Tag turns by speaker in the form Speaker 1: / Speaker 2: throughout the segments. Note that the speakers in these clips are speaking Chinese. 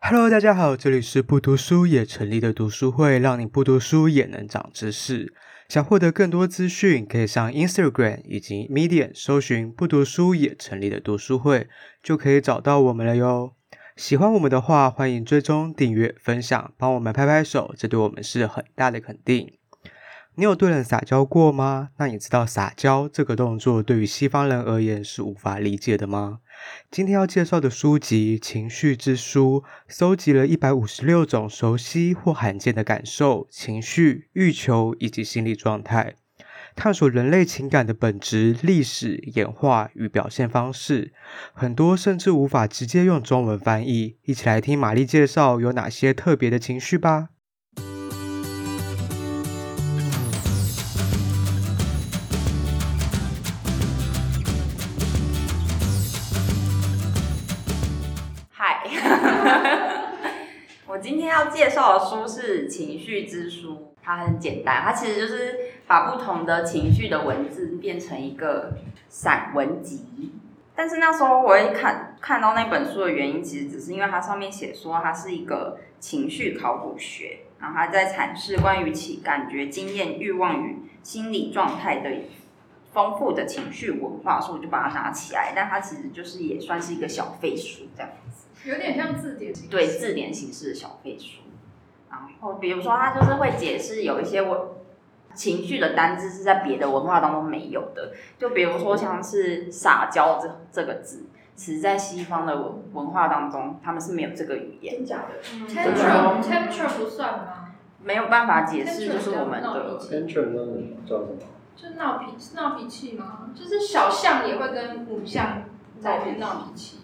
Speaker 1: Hello，大家好，这里是不读书也成立的读书会，让你不读书也能长知识。想获得更多资讯，可以上 Instagram 以及 Medium 搜寻“不读书也成立的读书会”，就可以找到我们了哟。喜欢我们的话，欢迎追踪、订阅、分享，帮我们拍拍手，这对我们是很大的肯定。你有对人撒娇过吗？那你知道撒娇这个动作对于西方人而言是无法理解的吗？今天要介绍的书籍《情绪之书》，搜集了一百五十六种熟悉或罕见的感受、情绪、欲求以及心理状态，探索人类情感的本质、历史、演化与表现方式。很多甚至无法直接用中文翻译。一起来听玛丽介绍有哪些特别的情绪吧。
Speaker 2: 嗨， 我今天要介绍的书是《情绪之书》，它很简单，它其实就是把不同的情绪的文字变成一个散文集。但是那时候我会看看到那本书的原因，其实只是因为它上面写说它是一个情绪考古学，然后它在阐释关于其感觉、经验、欲望与心理状态的丰富的情绪文化，所以我就把它拿起来。但它其实就是也算是一个小废书这样。
Speaker 3: 有点像字典形式
Speaker 2: 对字典形式的小废书。然后比如说，它就是会解释有一些文情绪的单字是在别的文化当中没有的，就比如说像是撒娇这这个字，其实在西方的文文化当中，他们是没有这个语言，
Speaker 4: 真假的？
Speaker 3: tantrum tantrum 嗯不算吗？
Speaker 2: 没有办法解释，就是我们
Speaker 3: 闹
Speaker 2: 的
Speaker 3: 脾气，
Speaker 4: Tantrum 那叫什么？
Speaker 3: 就闹脾气闹脾气吗？就是小象也会跟母象在那边闹脾气，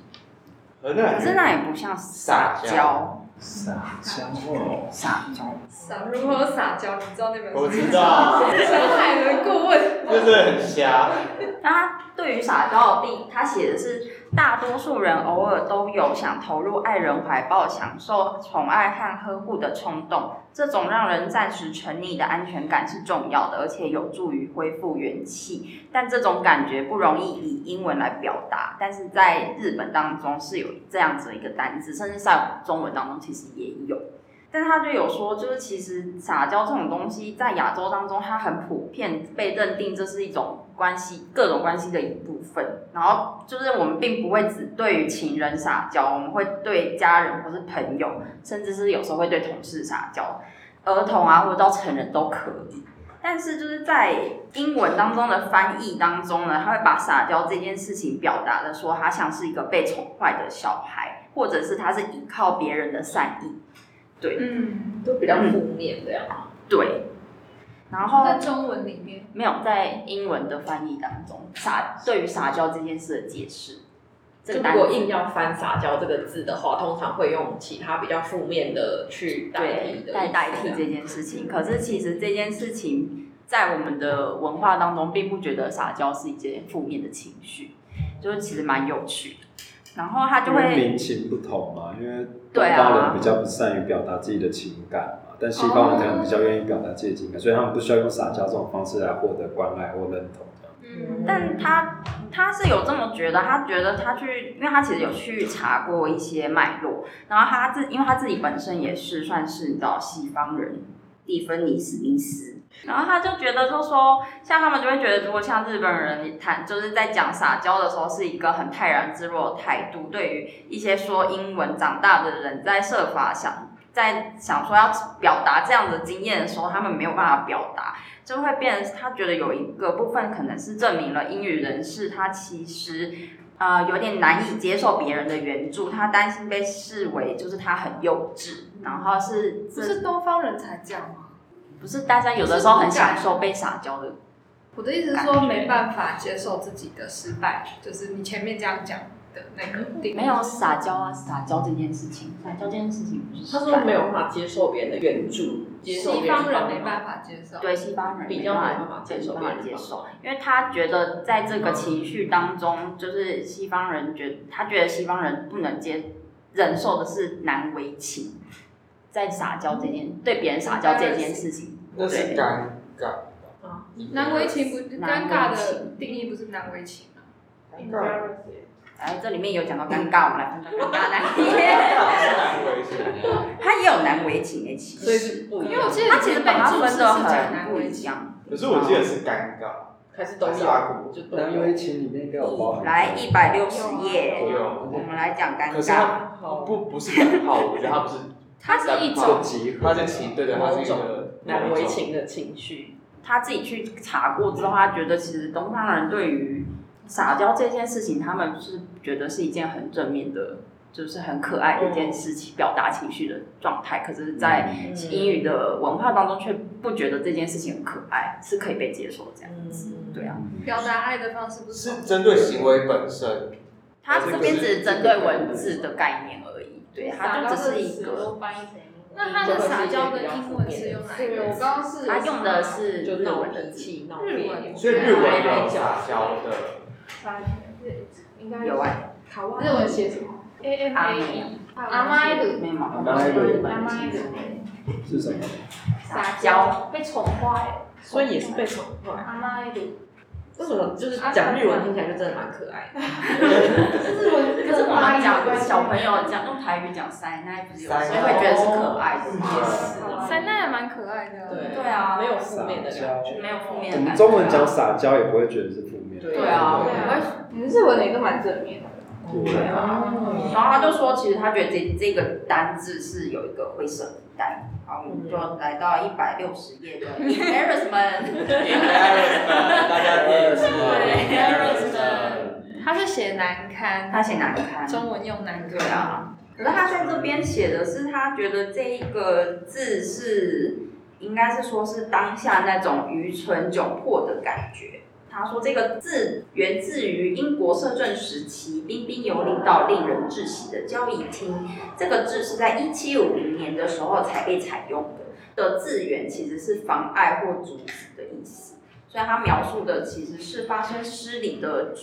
Speaker 2: 可是那也不像撒娇，
Speaker 4: 撒娇哦，
Speaker 2: 撒娇
Speaker 3: 撒如何撒娇？你知道那本书？
Speaker 5: 我知。道，
Speaker 3: 陈海伦顾
Speaker 2: 嗯
Speaker 3: 问，
Speaker 5: 就是很瞎。
Speaker 2: 那他对于撒娇的定，他写的是大多数人偶尔都有想投入爱人怀抱、享受宠爱和呵护的冲动。这种让人暂时沉溺的安全感是重要的，而且有助于恢复元气。但这种感觉不容易以英文来表达，但是在日本当中是有这样子的一个单字，甚至在中文当中其实也有。但是他就有说，就是其实撒娇这种东西在亚洲当中，它很普遍被认定这是一种关系，各种关系的一部分。然后就是我们并不会只对于情人撒娇，我们会对家人或是朋友，甚至是有时候会对同事撒娇，儿童啊或者到成人都可以。但是就是在英文当中的翻译当中呢，他会把撒娇这件事情表达的说，他像是一个被宠坏的小孩，或者是他是依靠别人的善意。
Speaker 3: 嗯，
Speaker 4: 都比较负面的呀。
Speaker 2: 对，然后
Speaker 3: 在中文里面，
Speaker 2: 没有在英文的翻译当中，撒对于撒娇这件事的解释，这
Speaker 4: 就
Speaker 2: 个单
Speaker 4: 如果
Speaker 2: 词
Speaker 4: 硬要翻“撒娇”这个字的话，通常会用其他比较负面的去代替
Speaker 2: 对
Speaker 4: 的，
Speaker 2: 代代替这件事情。可是其实这件事情在我们的文化当中，并不觉得撒娇是一件负面的情绪，就是其实蛮有趣的。然后他就
Speaker 6: 因为
Speaker 2: 会
Speaker 6: 民情不同嘛，因为
Speaker 2: 对
Speaker 6: 东
Speaker 2: 啊
Speaker 6: 方人比较不善于表达自己的情感嘛，但西方人可能比较愿意表达自己的
Speaker 2: 哦
Speaker 6: 情感，所以他们不需要用撒娇这种方式来获得关爱或认同这样。
Speaker 3: 嗯，
Speaker 2: 但他他是有这么觉得，他觉得他去，因为他其实有去查过一些脉络，然后他自因为他自己本身也是算是你知道西方人，蒂芬尼史密斯，然后他就觉得就说，像他们就会觉得，如果像日本人谈就是在讲撒娇的时候，是一个很泰然自若的态度，对于一些说英文长大的人在设法想。在想说要表达这样的经验的时候，他们没有办法表达，就会变成他觉得有一个部分可能是证明了英语人士他其实呃有点难以接受别人的援助，他担心被视为就是他很幼稚，然后是
Speaker 3: 不
Speaker 2: 这
Speaker 3: 是东方人才讲吗？
Speaker 2: 不是大家有的时候很享受被撒娇的，
Speaker 3: 我的意思是说，没办法接受自己的失败，就是你前面这样讲的那个定义
Speaker 2: 嗯没有撒娇啊撒娇这件事情，撒娇这件事情不是
Speaker 4: 他说没有办法接受别人的援助，接受
Speaker 3: 西
Speaker 4: 别
Speaker 3: 方
Speaker 4: 的
Speaker 3: 人
Speaker 4: 帮忙
Speaker 3: 没办法接受，
Speaker 2: 对西方人
Speaker 4: 比
Speaker 2: 没
Speaker 4: 较没
Speaker 2: 办法
Speaker 4: 办法接受
Speaker 2: 没
Speaker 4: 别
Speaker 2: 办
Speaker 4: 人
Speaker 2: 法
Speaker 4: 的
Speaker 2: 接
Speaker 4: 帮
Speaker 2: 受
Speaker 4: 忙。，
Speaker 2: 因为他觉得在这个情绪当中，就是西方人觉他觉得西方人不能接忍受的是难为情，在撒娇这件对别人撒娇这件事情，
Speaker 5: 那是
Speaker 2: 对
Speaker 5: 尴尬。
Speaker 3: 嗯难为情不尴尬的定义不是难为情吗？
Speaker 5: 尴尬
Speaker 2: 哎，这里面有讲到尴尬，我们来分享尴尬那一
Speaker 5: 是难为情，
Speaker 2: 有难为情诶，其
Speaker 4: 所以
Speaker 2: 实
Speaker 4: 是不一
Speaker 3: 因为我
Speaker 4: 样，
Speaker 3: 记得
Speaker 2: 他其实把它
Speaker 3: 被注
Speaker 2: 分
Speaker 3: 视
Speaker 2: 的
Speaker 3: 是讲
Speaker 2: 很
Speaker 3: 难
Speaker 2: 不
Speaker 3: 为
Speaker 2: 一
Speaker 3: 情，
Speaker 2: 样。
Speaker 5: 可是我记得是尴尬，
Speaker 4: 还是都
Speaker 5: 还是阿
Speaker 4: 有，
Speaker 5: 古
Speaker 4: 就都
Speaker 6: 难为
Speaker 4: 有。
Speaker 6: 情里面应该有包含
Speaker 2: 来一百六十
Speaker 3: 啊
Speaker 5: 都
Speaker 2: 页，
Speaker 5: 有。
Speaker 2: 我们来讲尴
Speaker 5: 可是
Speaker 2: 尬。
Speaker 5: 他不不是等号，我觉得他 不是，
Speaker 3: 它是一种
Speaker 6: 就集合
Speaker 5: 他是情，对对，他是一个
Speaker 4: 难为，情的情绪，
Speaker 2: 他自己去查过之后，他觉得其实东方人对于撒娇这件事情，他们是觉得是一件很正面的，就是很可爱的一件事情，表达情绪的状态。可是，在
Speaker 6: 嗯
Speaker 2: 英语的文化当中，却不觉得这件事情很可爱，是可以被接受这样。
Speaker 4: 嗯，
Speaker 2: 对啊，
Speaker 3: 表达爱的方式不
Speaker 5: 是
Speaker 3: 同
Speaker 5: 针对行为本身，
Speaker 2: 他这边只是针对文字的概念而已，对，他就只是一个，
Speaker 3: 那他的撒娇跟英文是用哪一个？我刚刚是
Speaker 2: 他用的是
Speaker 4: 就
Speaker 2: 日
Speaker 4: 闹
Speaker 2: 文的
Speaker 4: 脾
Speaker 2: 字，
Speaker 4: 气、闹
Speaker 3: 日
Speaker 4: 别
Speaker 3: 文
Speaker 4: 扭，啊
Speaker 5: 所以日文也有啊撒娇的，
Speaker 7: 应该
Speaker 2: 有啊，
Speaker 4: 卡哇伊
Speaker 7: 日文写什么？A M A E，阿妈鲁，
Speaker 2: 没有吗？
Speaker 7: 阿妈鲁，
Speaker 6: 是什么？
Speaker 7: 撒娇被宠坏，
Speaker 4: 所以也是被宠坏。
Speaker 3: 啊
Speaker 7: 阿妈鲁。
Speaker 4: 为什么就是讲日文听起来就真的蛮可爱的？
Speaker 7: 就是我，
Speaker 2: 可是我们讲小朋友讲用台语讲塞奶，不是有时候会觉得是可爱的吗？
Speaker 3: 啊
Speaker 5: 也
Speaker 7: 塞
Speaker 4: 是
Speaker 7: 奈也蛮可爱的，
Speaker 4: 对
Speaker 2: 对啊
Speaker 4: 没有负面的感觉，
Speaker 2: 没有负面的
Speaker 6: 啊我
Speaker 2: 感觉。
Speaker 6: 们中文讲撒娇也不会觉得是负面，
Speaker 2: 对啊，我
Speaker 4: 对
Speaker 2: 会
Speaker 7: 你们日文也都蛮正面的，
Speaker 6: 对
Speaker 4: 哦
Speaker 5: 啊
Speaker 2: 然后他就说，其实他觉得这这个单字是有一个灰色地带。好，我们就来到一百六十页 的 embarrassment。
Speaker 5: Embarrassment，大家念出
Speaker 2: 对
Speaker 5: 来。
Speaker 3: 他是写难堪，
Speaker 2: 他写难堪，
Speaker 3: 中文用难堪
Speaker 2: 对，啊。可是他在这边写的是，他觉得这一个字是应该是说是当下那种愚蠢窘迫的感觉。他说这个字源自于英国摄政时期彬彬有礼到令人窒息的交易厅，这个字是在一七五零年的时候才被采用的。的字源其实是妨碍或阻止的意思，所以它描述的其实是发生失礼的，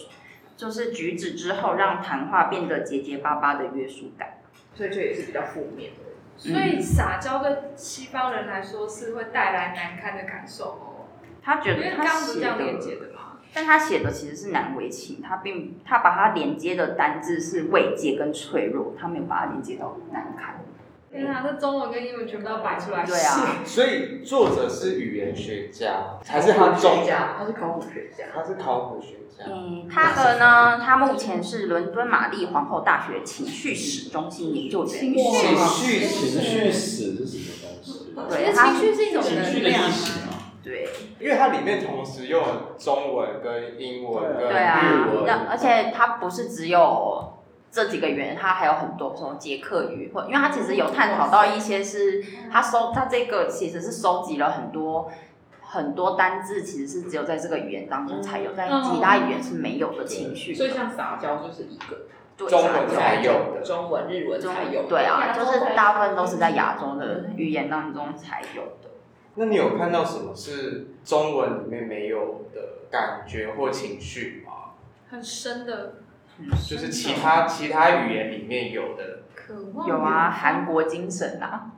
Speaker 2: 就是举止之后让谈话变得结结巴巴的约束感。
Speaker 4: 所以这也是比较负面的。
Speaker 3: 所以撒娇对西方人来说是会带来难堪的感受哦，
Speaker 2: 他觉
Speaker 3: 因
Speaker 2: 得
Speaker 3: 为
Speaker 2: 他
Speaker 3: 刚刚不是
Speaker 2: 写
Speaker 3: 这样连
Speaker 2: 的，
Speaker 3: 接的嘛，
Speaker 2: 但他写的其实是难为情，他并他把它连接的单字是慰藉跟脆弱，他没有把它连接到难堪。
Speaker 3: 天啊，这中文跟英文全部都摆出来，
Speaker 2: 对啊，
Speaker 5: 所以作者是语言学家，还是他中？
Speaker 4: 家，他是考古学家，
Speaker 5: 他是考古学家。
Speaker 2: 嗯，他的呢，他目前是伦敦玛丽皇后大学情绪史中心研究员。
Speaker 5: 情
Speaker 4: 哇
Speaker 5: 绪
Speaker 6: 情绪史是什么东西？
Speaker 3: 其
Speaker 2: 对，
Speaker 3: 实
Speaker 2: 他
Speaker 3: 情绪是一种
Speaker 5: 情
Speaker 3: 能
Speaker 5: 绪的意
Speaker 3: 量啊嘛，
Speaker 5: 识嘛，
Speaker 2: 对
Speaker 5: 因为它里面同时又有中文跟英文跟
Speaker 2: 对
Speaker 5: 日
Speaker 2: 啊
Speaker 5: 文，，
Speaker 2: 那而且它不是只有这几个语言，它还有很多什么捷克语，或因为它其实有探讨到一些是它收它这个其实是收集了很多。很多单字其实是只有在这个语言当中才有，在其他语言是没有的情绪。
Speaker 4: 所以像撒娇就是一个
Speaker 2: 对
Speaker 5: 中
Speaker 2: 撒
Speaker 5: 文
Speaker 2: 娇
Speaker 5: 才有的
Speaker 4: 中文、日文才有的，
Speaker 2: 对啊，
Speaker 7: 亚洲
Speaker 2: 就
Speaker 7: 才
Speaker 2: 是大部分都是在亚洲的语言当中才有的。
Speaker 5: 那你有看到什么是中文里面没有的感觉或情绪吗？
Speaker 3: 很深的
Speaker 5: 就是其他其他语言里面有的。
Speaker 3: 渴望。
Speaker 2: 有啊，韩国精神 啊，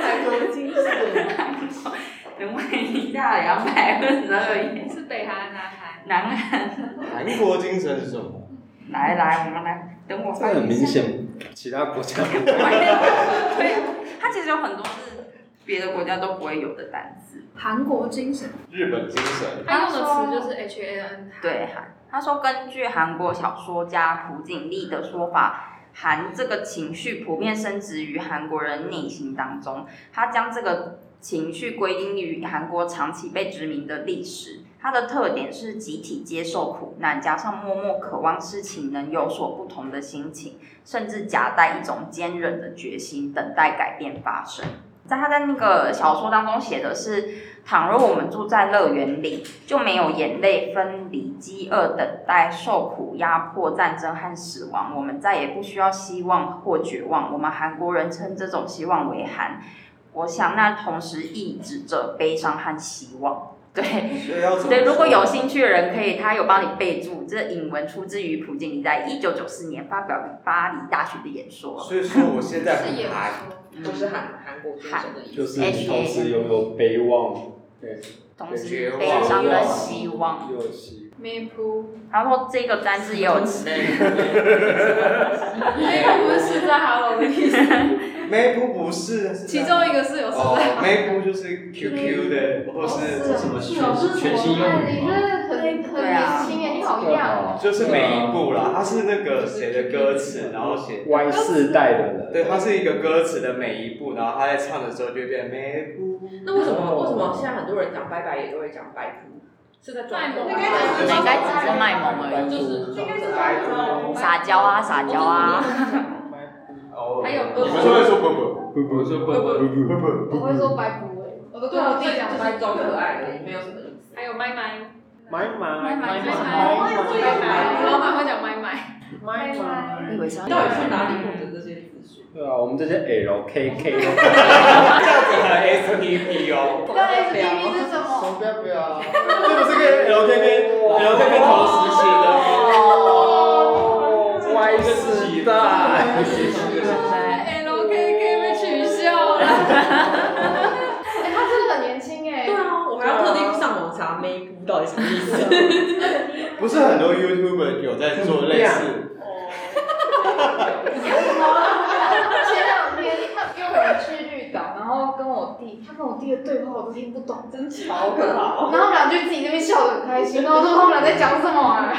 Speaker 4: 才有精神。
Speaker 2: 因为你下两百二十二页，
Speaker 3: 是北韩、南韩，
Speaker 2: 南韩。
Speaker 5: 韩国精神是什么？
Speaker 2: 来来，我们来，等我
Speaker 6: 这
Speaker 2: 翻
Speaker 6: 很
Speaker 2: 一
Speaker 6: 明
Speaker 2: 下。
Speaker 6: 显，其他国家
Speaker 2: 对，它其实有很多是别的国家都不会有的单词。
Speaker 3: 韩国精神，
Speaker 5: 日本精神。
Speaker 3: 他用的词就是 H A N，
Speaker 2: 对，韩，他说根据韩国小说家朴槿利的说法，韩这个情绪普遍升值于韩国人内心当中，他将这个情绪归因于韩国长期被殖民的历史。它的特点是集体接受苦难，加上默默渴望事情能有所不同的心情，甚至夹带一种坚韧的决心，等待改变发生。在他在那个小说当中写的是，倘若我们住在乐园里，就没有眼泪、分离、饥饿、等待、受苦、压迫、战争和死亡。我们再也不需要希望或绝望。我们韩国人称这种希望为韩。我想那同时意指着悲伤和希望。对
Speaker 5: 所以要怎么
Speaker 2: 对，
Speaker 5: 说
Speaker 2: 如果有兴趣的人可以，他有帮你备注。这引文出自于朴槿惠在一九九四年发表于巴黎大学的演说。
Speaker 5: 所以说我现在
Speaker 2: 啊
Speaker 3: 是
Speaker 5: 很
Speaker 3: 演
Speaker 5: 韩，
Speaker 3: 说。
Speaker 4: 就是韩韩国精神的意 思。
Speaker 2: 哎
Speaker 6: 就是同时拥有悲望、对
Speaker 2: 同时
Speaker 5: 绝望
Speaker 2: 悲伤跟希望。
Speaker 6: 又有希
Speaker 3: 咩噗，
Speaker 2: 他说这个单字也有
Speaker 5: 那个
Speaker 7: 那个不是在 韩
Speaker 5: 梅不不是，是
Speaker 3: 其中一个是有失败，
Speaker 5: 哦，梅不就是 QQ 的，或
Speaker 7: 是
Speaker 5: 是
Speaker 8: 什么全
Speaker 7: 是哦这是
Speaker 8: 全新
Speaker 7: 国外
Speaker 8: 用语
Speaker 7: 的
Speaker 8: 吗
Speaker 7: 就是很很
Speaker 2: 对啊
Speaker 7: 年轻耶，你好样哦。
Speaker 5: 就是每一部啦，它是那个谁的歌词，然后写。
Speaker 6: Y 世代的人，
Speaker 5: 对，它是一个歌词的每一步，然后他在唱的时候就会变梅不。
Speaker 4: 那为什么为什么现在很多人讲拜拜也都会讲拜哭？是在装可
Speaker 3: 卖萌
Speaker 4: 爱
Speaker 3: 应该只是
Speaker 2: 应该
Speaker 4: 啊
Speaker 2: 只是卖萌而已
Speaker 4: 就是装可
Speaker 5: 拜
Speaker 4: 爱
Speaker 5: 哭
Speaker 2: 撒娇啊，撒娇啊，
Speaker 5: 哦
Speaker 3: 还有
Speaker 5: 你们就会说不
Speaker 6: 不不
Speaker 4: 不
Speaker 6: 不
Speaker 4: 不不
Speaker 6: 不不不，
Speaker 7: 我会说白骨哎，我都
Speaker 4: 对
Speaker 7: 跟
Speaker 4: 啊，
Speaker 7: 我
Speaker 4: 自
Speaker 7: 弟
Speaker 4: 己
Speaker 7: 讲
Speaker 4: 讲
Speaker 7: 白
Speaker 4: 是
Speaker 7: 骨
Speaker 4: 装可爱而已，没有什么意思。
Speaker 3: 还有麦麦，
Speaker 6: 买
Speaker 3: 麦麦麦
Speaker 6: 买
Speaker 8: 麦
Speaker 3: 麦，
Speaker 4: 麦
Speaker 3: 麦麦，老板会讲麦麦，
Speaker 7: 拜拜。
Speaker 2: 你以为是要
Speaker 4: 到底去哪里获得这些资讯？
Speaker 6: 对啊，我们这些 L K K，
Speaker 5: 这样子很 S P P 哦。
Speaker 7: 那 S P P 是什么？
Speaker 8: 不要不要，
Speaker 5: 这不是跟 L K K L K K 同时期的
Speaker 6: 歪世代
Speaker 3: 哎，L K K 被取消了，
Speaker 7: 哎，他真的很年轻哎
Speaker 4: 对。啊，我还要特地上网查梅姑到底什么意思。
Speaker 5: 不是很多 YouTuber 有在做类似，
Speaker 7: 前两天他因为我们去绿岛，然后跟我弟，他跟我弟的对话我都听不懂，真巧。
Speaker 4: 好可怕！
Speaker 7: 然后我们俩就自己那边笑得很开心，然后我就说他们俩在讲什么啊？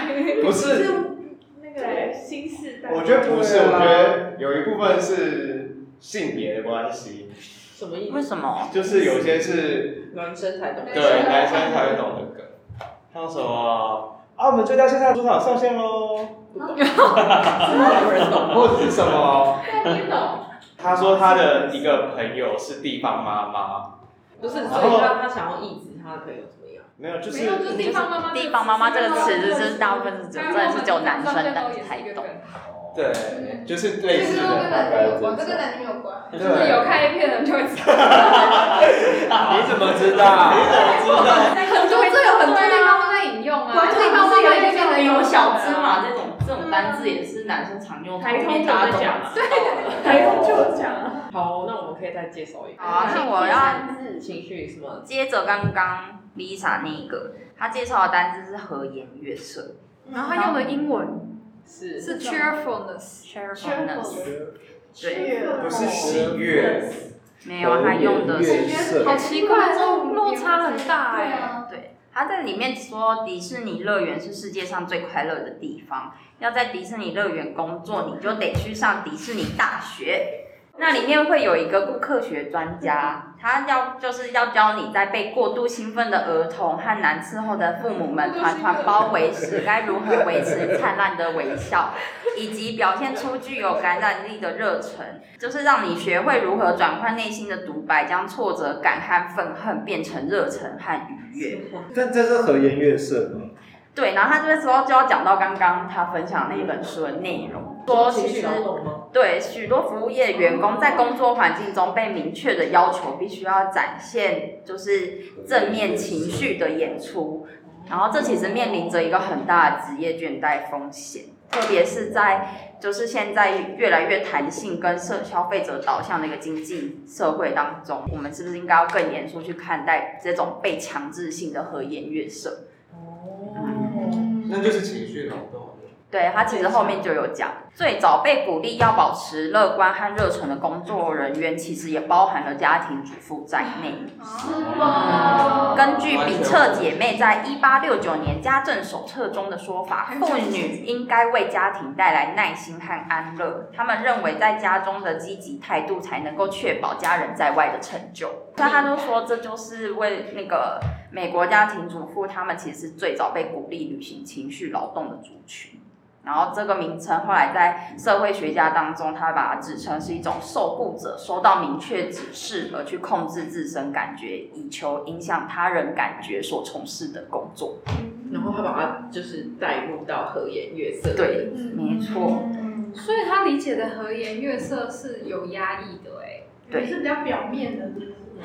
Speaker 5: 不是
Speaker 7: 那个新世代
Speaker 5: 我觉得不是，
Speaker 6: 对啊
Speaker 5: 我觉得有一部分是性别的关系，
Speaker 4: 什么意
Speaker 2: 为
Speaker 4: 思？
Speaker 2: 什么？
Speaker 5: 就是有些是
Speaker 4: 男生才懂。
Speaker 5: 对男生才会懂的梗，像什么啊，我们最佳现在主场上线喽，
Speaker 4: 没有人懂。
Speaker 5: 或者是什么？
Speaker 3: 听懂？
Speaker 5: 他说他的一个朋友是地方妈妈，
Speaker 4: 不是，所以让他想要抑制他的朋友怎么样？
Speaker 5: 没有，就
Speaker 3: 没有，就是是地方妈妈，
Speaker 2: 地方妈妈这个词就是大部分是只有真的是只有男生才才懂。
Speaker 5: 对，就是类似
Speaker 7: 这个
Speaker 5: 的。
Speaker 7: 跟男女有关，这跟男女有关。
Speaker 3: 就是
Speaker 5: 对，
Speaker 3: 有看 A 片的人就会知 道，
Speaker 6: 你怎么知道？
Speaker 3: 很多这有很多地方都在引用啊，
Speaker 2: 地方妈妈也变成有小芝
Speaker 3: 芝
Speaker 2: 麻这种这种单字也是男生常用，
Speaker 4: 台
Speaker 2: 通
Speaker 4: 通
Speaker 2: 大家都
Speaker 4: 就在
Speaker 2: 知道
Speaker 4: 讲啊
Speaker 2: 对，
Speaker 4: 好，那我们可以再介绍一个。
Speaker 2: 好啊，那我要
Speaker 4: 情绪什么？
Speaker 2: 接着刚刚 Lisa 那个，她介绍的单字是和颜悦色
Speaker 3: 然后他用的英文
Speaker 4: 是
Speaker 3: 是 cheerfulness，
Speaker 2: ，cheerfulness，对，
Speaker 7: 对
Speaker 5: 不是喜悦，
Speaker 2: 没有，她用的
Speaker 6: 和
Speaker 2: 是
Speaker 6: 颜悦色
Speaker 3: 好奇怪，这种落差很大
Speaker 7: 对
Speaker 3: 哎。
Speaker 7: 啊，
Speaker 2: 对，他在里面说迪士尼乐园是世界上最快乐的地方，要在迪士尼乐园工作，你就得去上迪士尼大学。那里面会有一个顾客学专家，他要就是要教你在被过度兴奋的儿童和难伺候的父母们团团包围时，该如何维持灿烂的微笑，以及表现出具有感染力的热忱，就是让你学会如何转换内心的独白，将挫折感和愤恨变成热忱和愉悦。
Speaker 6: 但这是和颜悦色吗？
Speaker 2: 对，然后他这个时候就要讲到刚刚他分享那一本书的内容，说其
Speaker 4: 情绪
Speaker 2: 实
Speaker 4: 劳动吗？
Speaker 2: 对许多服务业员工在工作环境中被明确的要求，必须要展现就是正面情绪的演出，然后这其实面临着一个很大的职业倦怠风险，特别是在就是现在越来越弹性跟社消费者导向的一个经济社会当中，我们是不是应该要更严肃去看待这种被强制性的和颜悦色？
Speaker 4: 哦，
Speaker 3: 哎
Speaker 5: 那就是情绪劳动。
Speaker 2: 对他其实后面就有讲，最早被鼓励要保持乐观和热忱的工作人员，其实也包含了家庭主妇在内。嗯
Speaker 7: 是吗？
Speaker 2: 根据比彻姐妹在一八六九年家政手册中的说法，妇女应该为家庭带来耐心和安乐。她们认为，在家中的积极态度才能够确保家人在外的成就。所以她都说，这就是为那个美国家庭主妇，她们其实是最早被鼓励履行情绪劳动的族群。然后这个名称后来在社会学家当中，他把它指称是一种受雇者收到明确指示而去控制自身感觉，以求影响他人感觉所从事的工作。
Speaker 4: 然后他把它就是带入到和颜悦色。
Speaker 2: 对，没错，
Speaker 3: 嗯所以他理解的和颜悦色是有压抑的哎。
Speaker 2: 对
Speaker 7: 是比较表面的，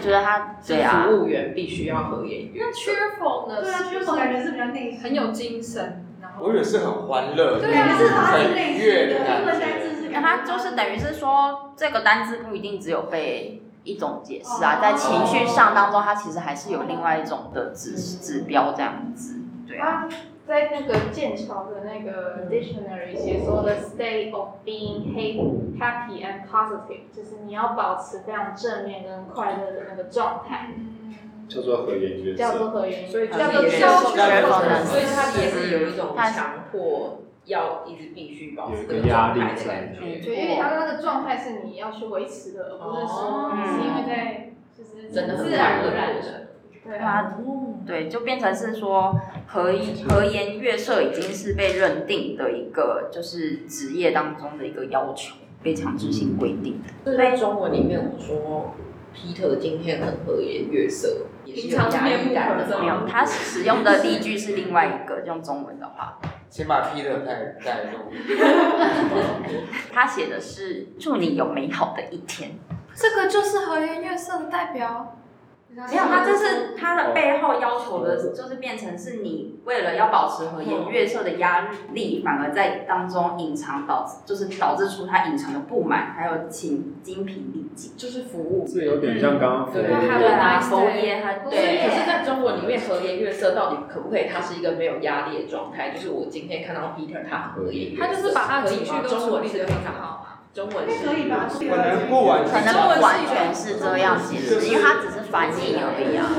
Speaker 2: 就是他
Speaker 4: 是
Speaker 2: 对啊，
Speaker 4: 服务员必须要和颜悦
Speaker 3: 那
Speaker 4: 色。
Speaker 3: cheerful 呢？
Speaker 7: 觉是比较内
Speaker 3: 很有精神，然后
Speaker 5: 我以为是很欢乐，
Speaker 3: 对啊
Speaker 5: 就是很悦的感觉。
Speaker 7: 是
Speaker 2: 那他就是等于是说，这个单字不一定只有被一种解释啊，
Speaker 7: 哦
Speaker 2: 在情绪上当中，它其实还是有另外一种的指指标这样子。对啊，
Speaker 7: 啊，在那个剑桥的那
Speaker 3: 嗯
Speaker 7: 个 dictionary 写说的 state of being ha- happy and positive，就是你要保持非常正面跟快乐的那个状态，
Speaker 6: 叫做和颜悦
Speaker 7: 叫做
Speaker 6: 色。
Speaker 7: 和颜悦色，
Speaker 4: 所以就
Speaker 7: 叫
Speaker 4: 是
Speaker 7: 做
Speaker 4: 也是
Speaker 7: 消极
Speaker 5: 叫做
Speaker 7: 能
Speaker 4: 所以他也是有一种强迫要一直必须保持这状态的感
Speaker 6: 有一个压力在
Speaker 4: 觉，
Speaker 7: 对，因为他那个状态是你要去维持的，而不是说你是因为在就是
Speaker 4: 真的很
Speaker 7: 自然而然的，
Speaker 4: 的。
Speaker 7: 对啊，
Speaker 2: 啊，对，就变成是说和和颜悦色已经是被认定的一个就是职业当中的一个要求，被强制性规定。
Speaker 4: 所以在中文里面，我们说 Peter 今天很和颜悦色，也是有压力感的
Speaker 2: 没有，
Speaker 4: 嘛。
Speaker 2: 它使用的例句是另外一个，用中文的话，
Speaker 5: 先把 Peter 带 带入。
Speaker 2: 它写的是“祝你有美好的一天
Speaker 3: 这个就是和颜悦色的代表。”。没
Speaker 2: 没有，它这是它的背后要求的，就是变成是你为了要保持和颜悦色的压力，反而在当中隐藏导致，就是导致出它隐藏的不满，还有请精疲力尽。
Speaker 4: 就是服务。
Speaker 6: 这有点像刚刚服务
Speaker 4: 对
Speaker 6: 的
Speaker 2: 对啊，
Speaker 3: nice
Speaker 2: 佛
Speaker 3: day
Speaker 2: 爷他
Speaker 4: 所以，
Speaker 2: 对
Speaker 4: 可是，在中文里面，和颜悦色到底可不可以？它是一个没有压力的状态。就是我今天看到 Peter，他很和颜悦色，
Speaker 3: 他就是把他的
Speaker 4: 可
Speaker 3: 情
Speaker 4: 以
Speaker 3: 绪
Speaker 4: 吗？
Speaker 3: 都
Speaker 4: 中
Speaker 3: 处
Speaker 4: 文
Speaker 3: 理
Speaker 4: 是
Speaker 3: 的
Speaker 4: 非
Speaker 3: 很
Speaker 4: 常，
Speaker 3: 好啊。
Speaker 4: 中文是
Speaker 7: 可以吧
Speaker 5: 可能不完
Speaker 2: 可
Speaker 5: 全
Speaker 2: 能不完全是这样，其实因为它只是翻译而已啊。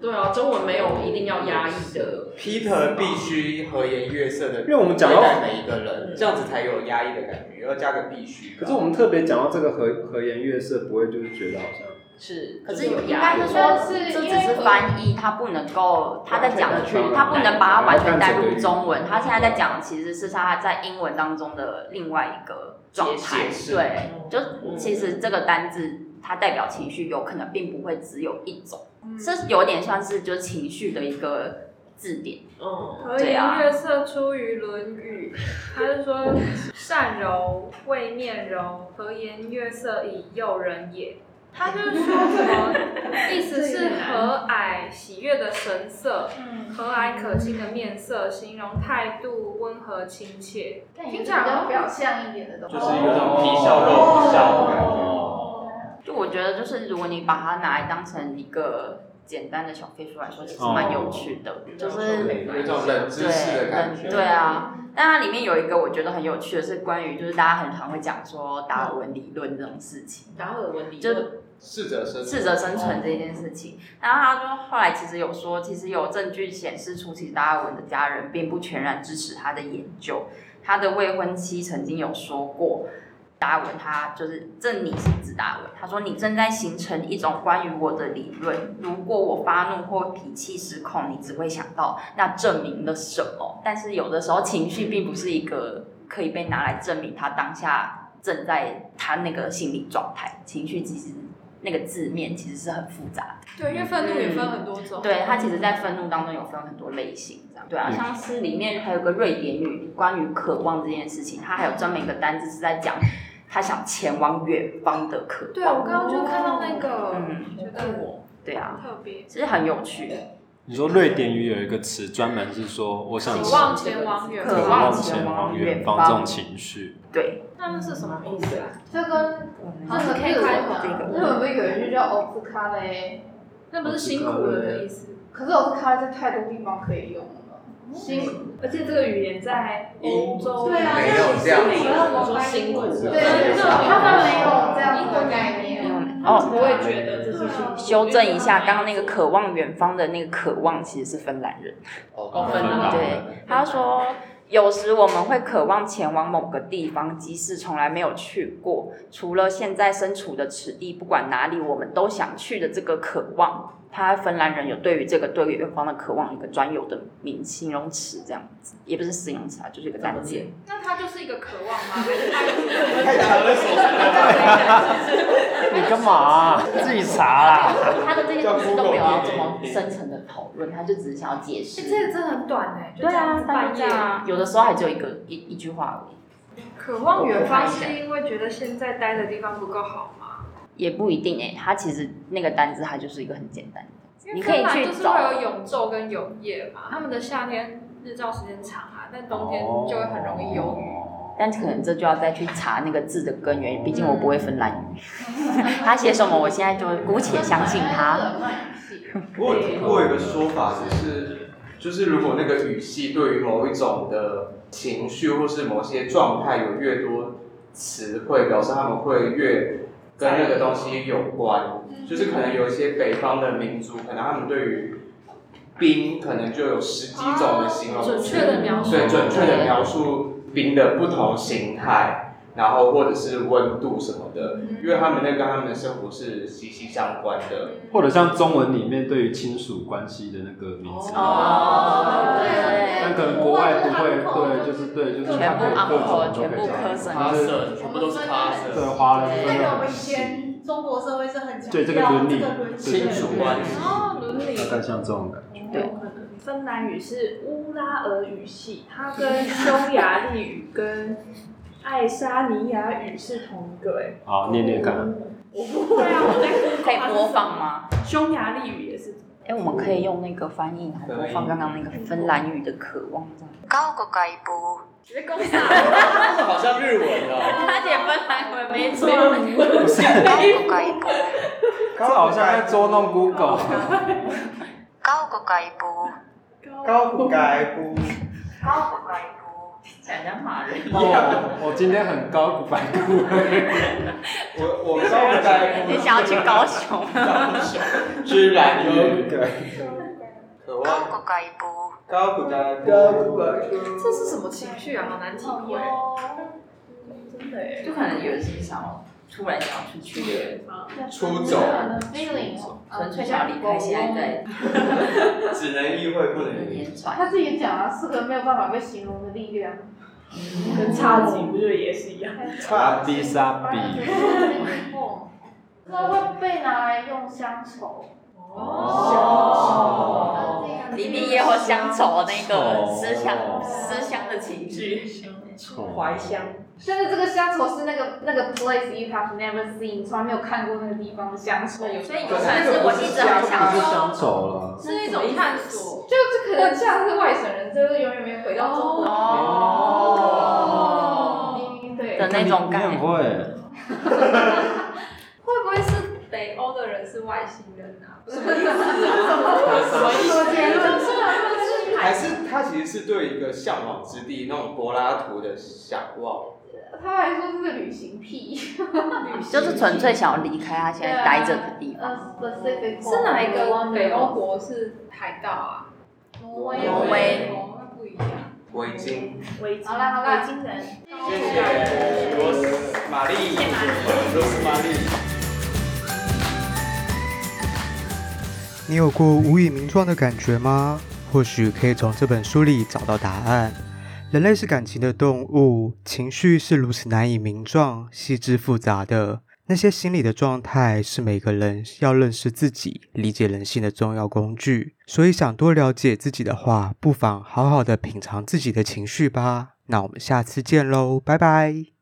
Speaker 4: 对啊，中文没有一定要压抑的。
Speaker 5: ，Peter 必须和颜悦色的
Speaker 6: 因为我们讲到
Speaker 5: 对待每一个人
Speaker 4: 嗯，
Speaker 5: 这样子才有压抑的感觉，要加个必须
Speaker 2: 哦
Speaker 5: 吧。哦
Speaker 6: 可是我们特别讲到这个和和颜悦色，不会就是觉得好像
Speaker 4: 是，
Speaker 2: 可
Speaker 4: 就是是有
Speaker 2: 应
Speaker 4: 压
Speaker 2: 该
Speaker 4: 力
Speaker 2: 是
Speaker 4: 的。
Speaker 2: 说
Speaker 7: 但，是
Speaker 2: 这
Speaker 7: 因为
Speaker 2: 只是翻译，它不能够他在讲的，它不能把它完全带入中文。他现在在讲的其实是他在英文当中的另外一个状态
Speaker 5: 解释，
Speaker 2: 对，就
Speaker 4: 嗯
Speaker 2: 其实这个单字。它代表情绪，有可能并不会只有一种，
Speaker 3: 嗯
Speaker 2: 这有点像是就是情绪的一个字典。
Speaker 4: 嗯，
Speaker 3: 和颜悦色出于《论语》，他是说善柔位面柔，和颜悦色以诱人也。他就是说什么，意思是和蔼喜悦的神色，
Speaker 7: 嗯，
Speaker 3: 和蔼可亲的面色，形容态度温和亲切。
Speaker 7: 但也是比较表象一点的东西，
Speaker 5: 就是有种皮笑肉不笑的感
Speaker 2: 哦
Speaker 5: 觉。
Speaker 2: 就我觉得，就是如果你把它拿来当成一个简单的小废书来说，其实蛮有趣的，就是
Speaker 4: 对
Speaker 5: 有一种冷知识的感觉。
Speaker 2: 对啊。但它里面有一个我觉得很有趣的是关于，就是大家很常会讲说达尔文理论这种事情，
Speaker 4: 达尔文理
Speaker 2: 就
Speaker 4: 论
Speaker 5: 适者生存。
Speaker 2: 适者生存这件事情。然后他就后来其实有说，其实有证据显示出，其实达尔文的家人并不全然支持他的研究。他的未婚妻曾经有说过，达尔文他就是这你是指达尔文，他说你正在形成一种关于我的理论。如果我发怒或脾气失控，你只会想到那证明了什么。但是有的时候情绪并不是一个可以被拿来证明他当下正在他那个心理状态，情绪其实那个字面其实是很复杂的。
Speaker 3: 对，因为愤怒也分很多种。
Speaker 2: 对，它其实在愤怒当中有分很多类型，这样对啊，
Speaker 6: 嗯
Speaker 2: 像是里面还有个瑞典语关于渴望这件事情，它还有专门一个单字是在讲他想前往远方的渴
Speaker 3: 对，啊我
Speaker 2: 望。
Speaker 3: 刚刚就看到那个，
Speaker 2: 嗯
Speaker 3: 觉得
Speaker 2: 对啊，
Speaker 3: 特别。
Speaker 2: 其实很有趣的。
Speaker 8: 你说瑞典语有一个词专门是说我想
Speaker 3: 渴望前往远
Speaker 2: 渴
Speaker 8: 渴
Speaker 2: 望
Speaker 8: 望
Speaker 2: 前
Speaker 8: 前
Speaker 2: 往
Speaker 8: 往
Speaker 2: 远
Speaker 8: 远
Speaker 2: 方
Speaker 8: 方这种情绪，
Speaker 2: 对，
Speaker 3: 那是什么意思啊？
Speaker 7: 这跟
Speaker 2: 我
Speaker 7: 那
Speaker 2: 们
Speaker 7: 个日文啊
Speaker 2: 这个
Speaker 7: 日文不是有一句叫 o f u k a l
Speaker 3: 那不是辛苦了的意思。
Speaker 7: 可是 o f u k a l 在太多地方可以用了，辛苦
Speaker 3: 而且这个语言在欧
Speaker 8: 嗯
Speaker 3: 洲，
Speaker 7: 对啊
Speaker 5: 没有这样子。
Speaker 4: 我说辛苦
Speaker 7: 对
Speaker 4: 了，
Speaker 7: 对，他们没有这样
Speaker 3: 英
Speaker 7: 子的
Speaker 3: 文
Speaker 7: 概
Speaker 3: 没有
Speaker 7: 念。啊
Speaker 3: 他
Speaker 2: 哦
Speaker 3: 们不会觉得这是辛苦。
Speaker 2: 修正一下，刚刚那个渴望远方的那个渴望其实是芬兰人。
Speaker 4: 哦分
Speaker 5: 分
Speaker 4: 了
Speaker 2: 对，他说，有时我们会渴望前往某个地方，即使从来没有去过。除了现在身处的此地，不管哪里，我们都想去的这个渴望。他芬兰人有对于这个对于远方的渴望一个专有的名形容词，这样子也不是形容词啊，就是一个单词。
Speaker 3: 那它就是一个渴望吗？ 还是
Speaker 5: 太 强了，手
Speaker 7: 啊
Speaker 8: 你干嘛啊、自己查啦。
Speaker 2: 他的这些东西都没有要这么深层的讨论，他就只是想要解
Speaker 3: 哎、
Speaker 2: 释。
Speaker 3: 这个真的很短哎、就
Speaker 2: 对
Speaker 3: 这样
Speaker 2: 啊，
Speaker 3: 子
Speaker 2: 大概
Speaker 3: 半
Speaker 2: 这
Speaker 3: 夜。
Speaker 2: 样啊，有的时候还只有一个一一句话而已，
Speaker 3: 渴望远方是因为觉得现在待的地方不够好吗？
Speaker 2: 也不一定哎、欸。它其实那个单字它就是一个很简单的。
Speaker 3: 因
Speaker 2: 你
Speaker 3: 为
Speaker 2: 可以
Speaker 3: 芬
Speaker 2: 去找
Speaker 3: 兰就是会有永昼跟永夜嘛，他们的夏天日照时间长啊，但冬天
Speaker 5: 哦
Speaker 3: 就会很容易忧郁。
Speaker 2: 但可能这就要再去查那个字的根源，毕竟我不会芬兰语。他写什么，我现在就姑且相信他。
Speaker 7: 他。
Speaker 5: 我有听过一个说法，就是就是如果那个语系对于某一种的情绪或是某些状态有越多词汇，表示他们会越跟那个东西有关。就是可能有一些北方的民族，可能他们对于冰可能就有十几种的形容词，
Speaker 3: 哦准确的描述，
Speaker 5: 对，准确的描述冰的不同形态，然后或者是温度什么的，因为他们那跟他们的生活是息息相关的。
Speaker 8: 或者像中文里面对于亲属关系的那个名字，
Speaker 2: 哦
Speaker 8: 但可能国外不会，对，就是对，就是它
Speaker 2: 全部
Speaker 8: 可以各种
Speaker 2: uncle，
Speaker 8: 都
Speaker 2: 全
Speaker 8: 可以
Speaker 2: 部
Speaker 8: 讲
Speaker 2: cousin，
Speaker 8: 就
Speaker 9: 咖
Speaker 8: 是
Speaker 9: 色，全部都是咖色，
Speaker 8: 对华人
Speaker 10: 那
Speaker 8: 真
Speaker 10: 个
Speaker 8: 的
Speaker 10: 我们
Speaker 8: 很
Speaker 10: 以
Speaker 8: 细，
Speaker 10: 前中国社会是很强调
Speaker 8: 对这个伦理
Speaker 10: 这个伦理
Speaker 8: 对
Speaker 9: 亲属关系。
Speaker 3: 哦，伦理
Speaker 6: 大概像这种感觉。
Speaker 2: 对
Speaker 10: 芬兰语是乌拉尔语系，它跟匈牙利语跟爱沙尼亚语是同一个哎、
Speaker 8: 好念念 看，
Speaker 10: 我不会啊，我在
Speaker 2: 可以播放？吗？
Speaker 10: 匈牙利语也是，
Speaker 2: 哎、我们可以用那个翻译，然后播放刚刚那个芬兰语的渴望这样。高过一波，
Speaker 10: 直接攻上。
Speaker 9: 这好像日文哦，
Speaker 2: 他点芬兰文没错。
Speaker 8: 不是，
Speaker 2: 高过一波，
Speaker 8: 刚好像在捉弄 Google，
Speaker 2: 高过一波，
Speaker 5: 高不该不，
Speaker 2: 高过一波，讲讲马人。
Speaker 8: 哦我今天很高不 白顾，
Speaker 5: 我我高不该不，
Speaker 2: 你想要去高雄？
Speaker 9: 居然有
Speaker 5: 渴望
Speaker 2: 过一波，
Speaker 5: 高不该不，
Speaker 3: 这是什么情绪啊？好难体
Speaker 7: 哦
Speaker 3: 会。
Speaker 4: 真的耶
Speaker 2: 就可能有人是想要突然想要出去的人，
Speaker 5: 出走，
Speaker 7: feeling，呃
Speaker 2: 纯粹想要离开现在在
Speaker 5: 只能意会不能言。
Speaker 2: 连传。
Speaker 7: 他自己讲啊，是个没有办法被形容的力量。
Speaker 10: 跟差级不就也是一样？
Speaker 8: 阿比萨 比，
Speaker 7: 那会被拿来用乡愁。
Speaker 2: 哦离别也有乡愁那个
Speaker 8: 哦
Speaker 2: 思乡思乡的情绪，
Speaker 8: 啊
Speaker 4: 怀乡，
Speaker 7: 但是这个乡愁是那个那个 place you have never seen，从来没有看过那个地方的乡愁，就
Speaker 2: 所以有可能是我一直哦很想
Speaker 8: 不是
Speaker 2: 说，
Speaker 8: 乡愁了，
Speaker 3: 是一种探索。
Speaker 7: 这可能像是外省人，就是永远没有回到中国。
Speaker 2: 哦
Speaker 7: 对，
Speaker 2: 的那种
Speaker 8: 你
Speaker 2: 感
Speaker 8: 很
Speaker 2: 觉。
Speaker 8: 会，
Speaker 3: 会不会是北欧的人是外星人啊？不是啊
Speaker 5: 还是他其实是对一个向往之地那种柏拉图的向往，
Speaker 7: 他还说这是旅行癖。
Speaker 2: 就是纯粹想要离开他现在待着的地方。
Speaker 7: 呃，specific
Speaker 3: 是哪一个北欧？国是海盗啊？
Speaker 7: 挪威。
Speaker 2: 挪威
Speaker 3: 哦，那不一样。
Speaker 5: 我已经
Speaker 10: 围巾
Speaker 7: 好啦好啦
Speaker 10: 围巾人。
Speaker 5: 谢谢罗斯玛丽，罗斯玛丽。
Speaker 1: 你有过无以名状的感觉吗？或许可以从这本书里找到答案。人类是感情的动物，情绪是如此难以名状、细致复杂的。那些心理的状态是每个人要认识自己、理解人性的重要工具。所以，想多了解自己的话，不妨好好的品尝自己的情绪吧。那我们下次见喽，拜拜。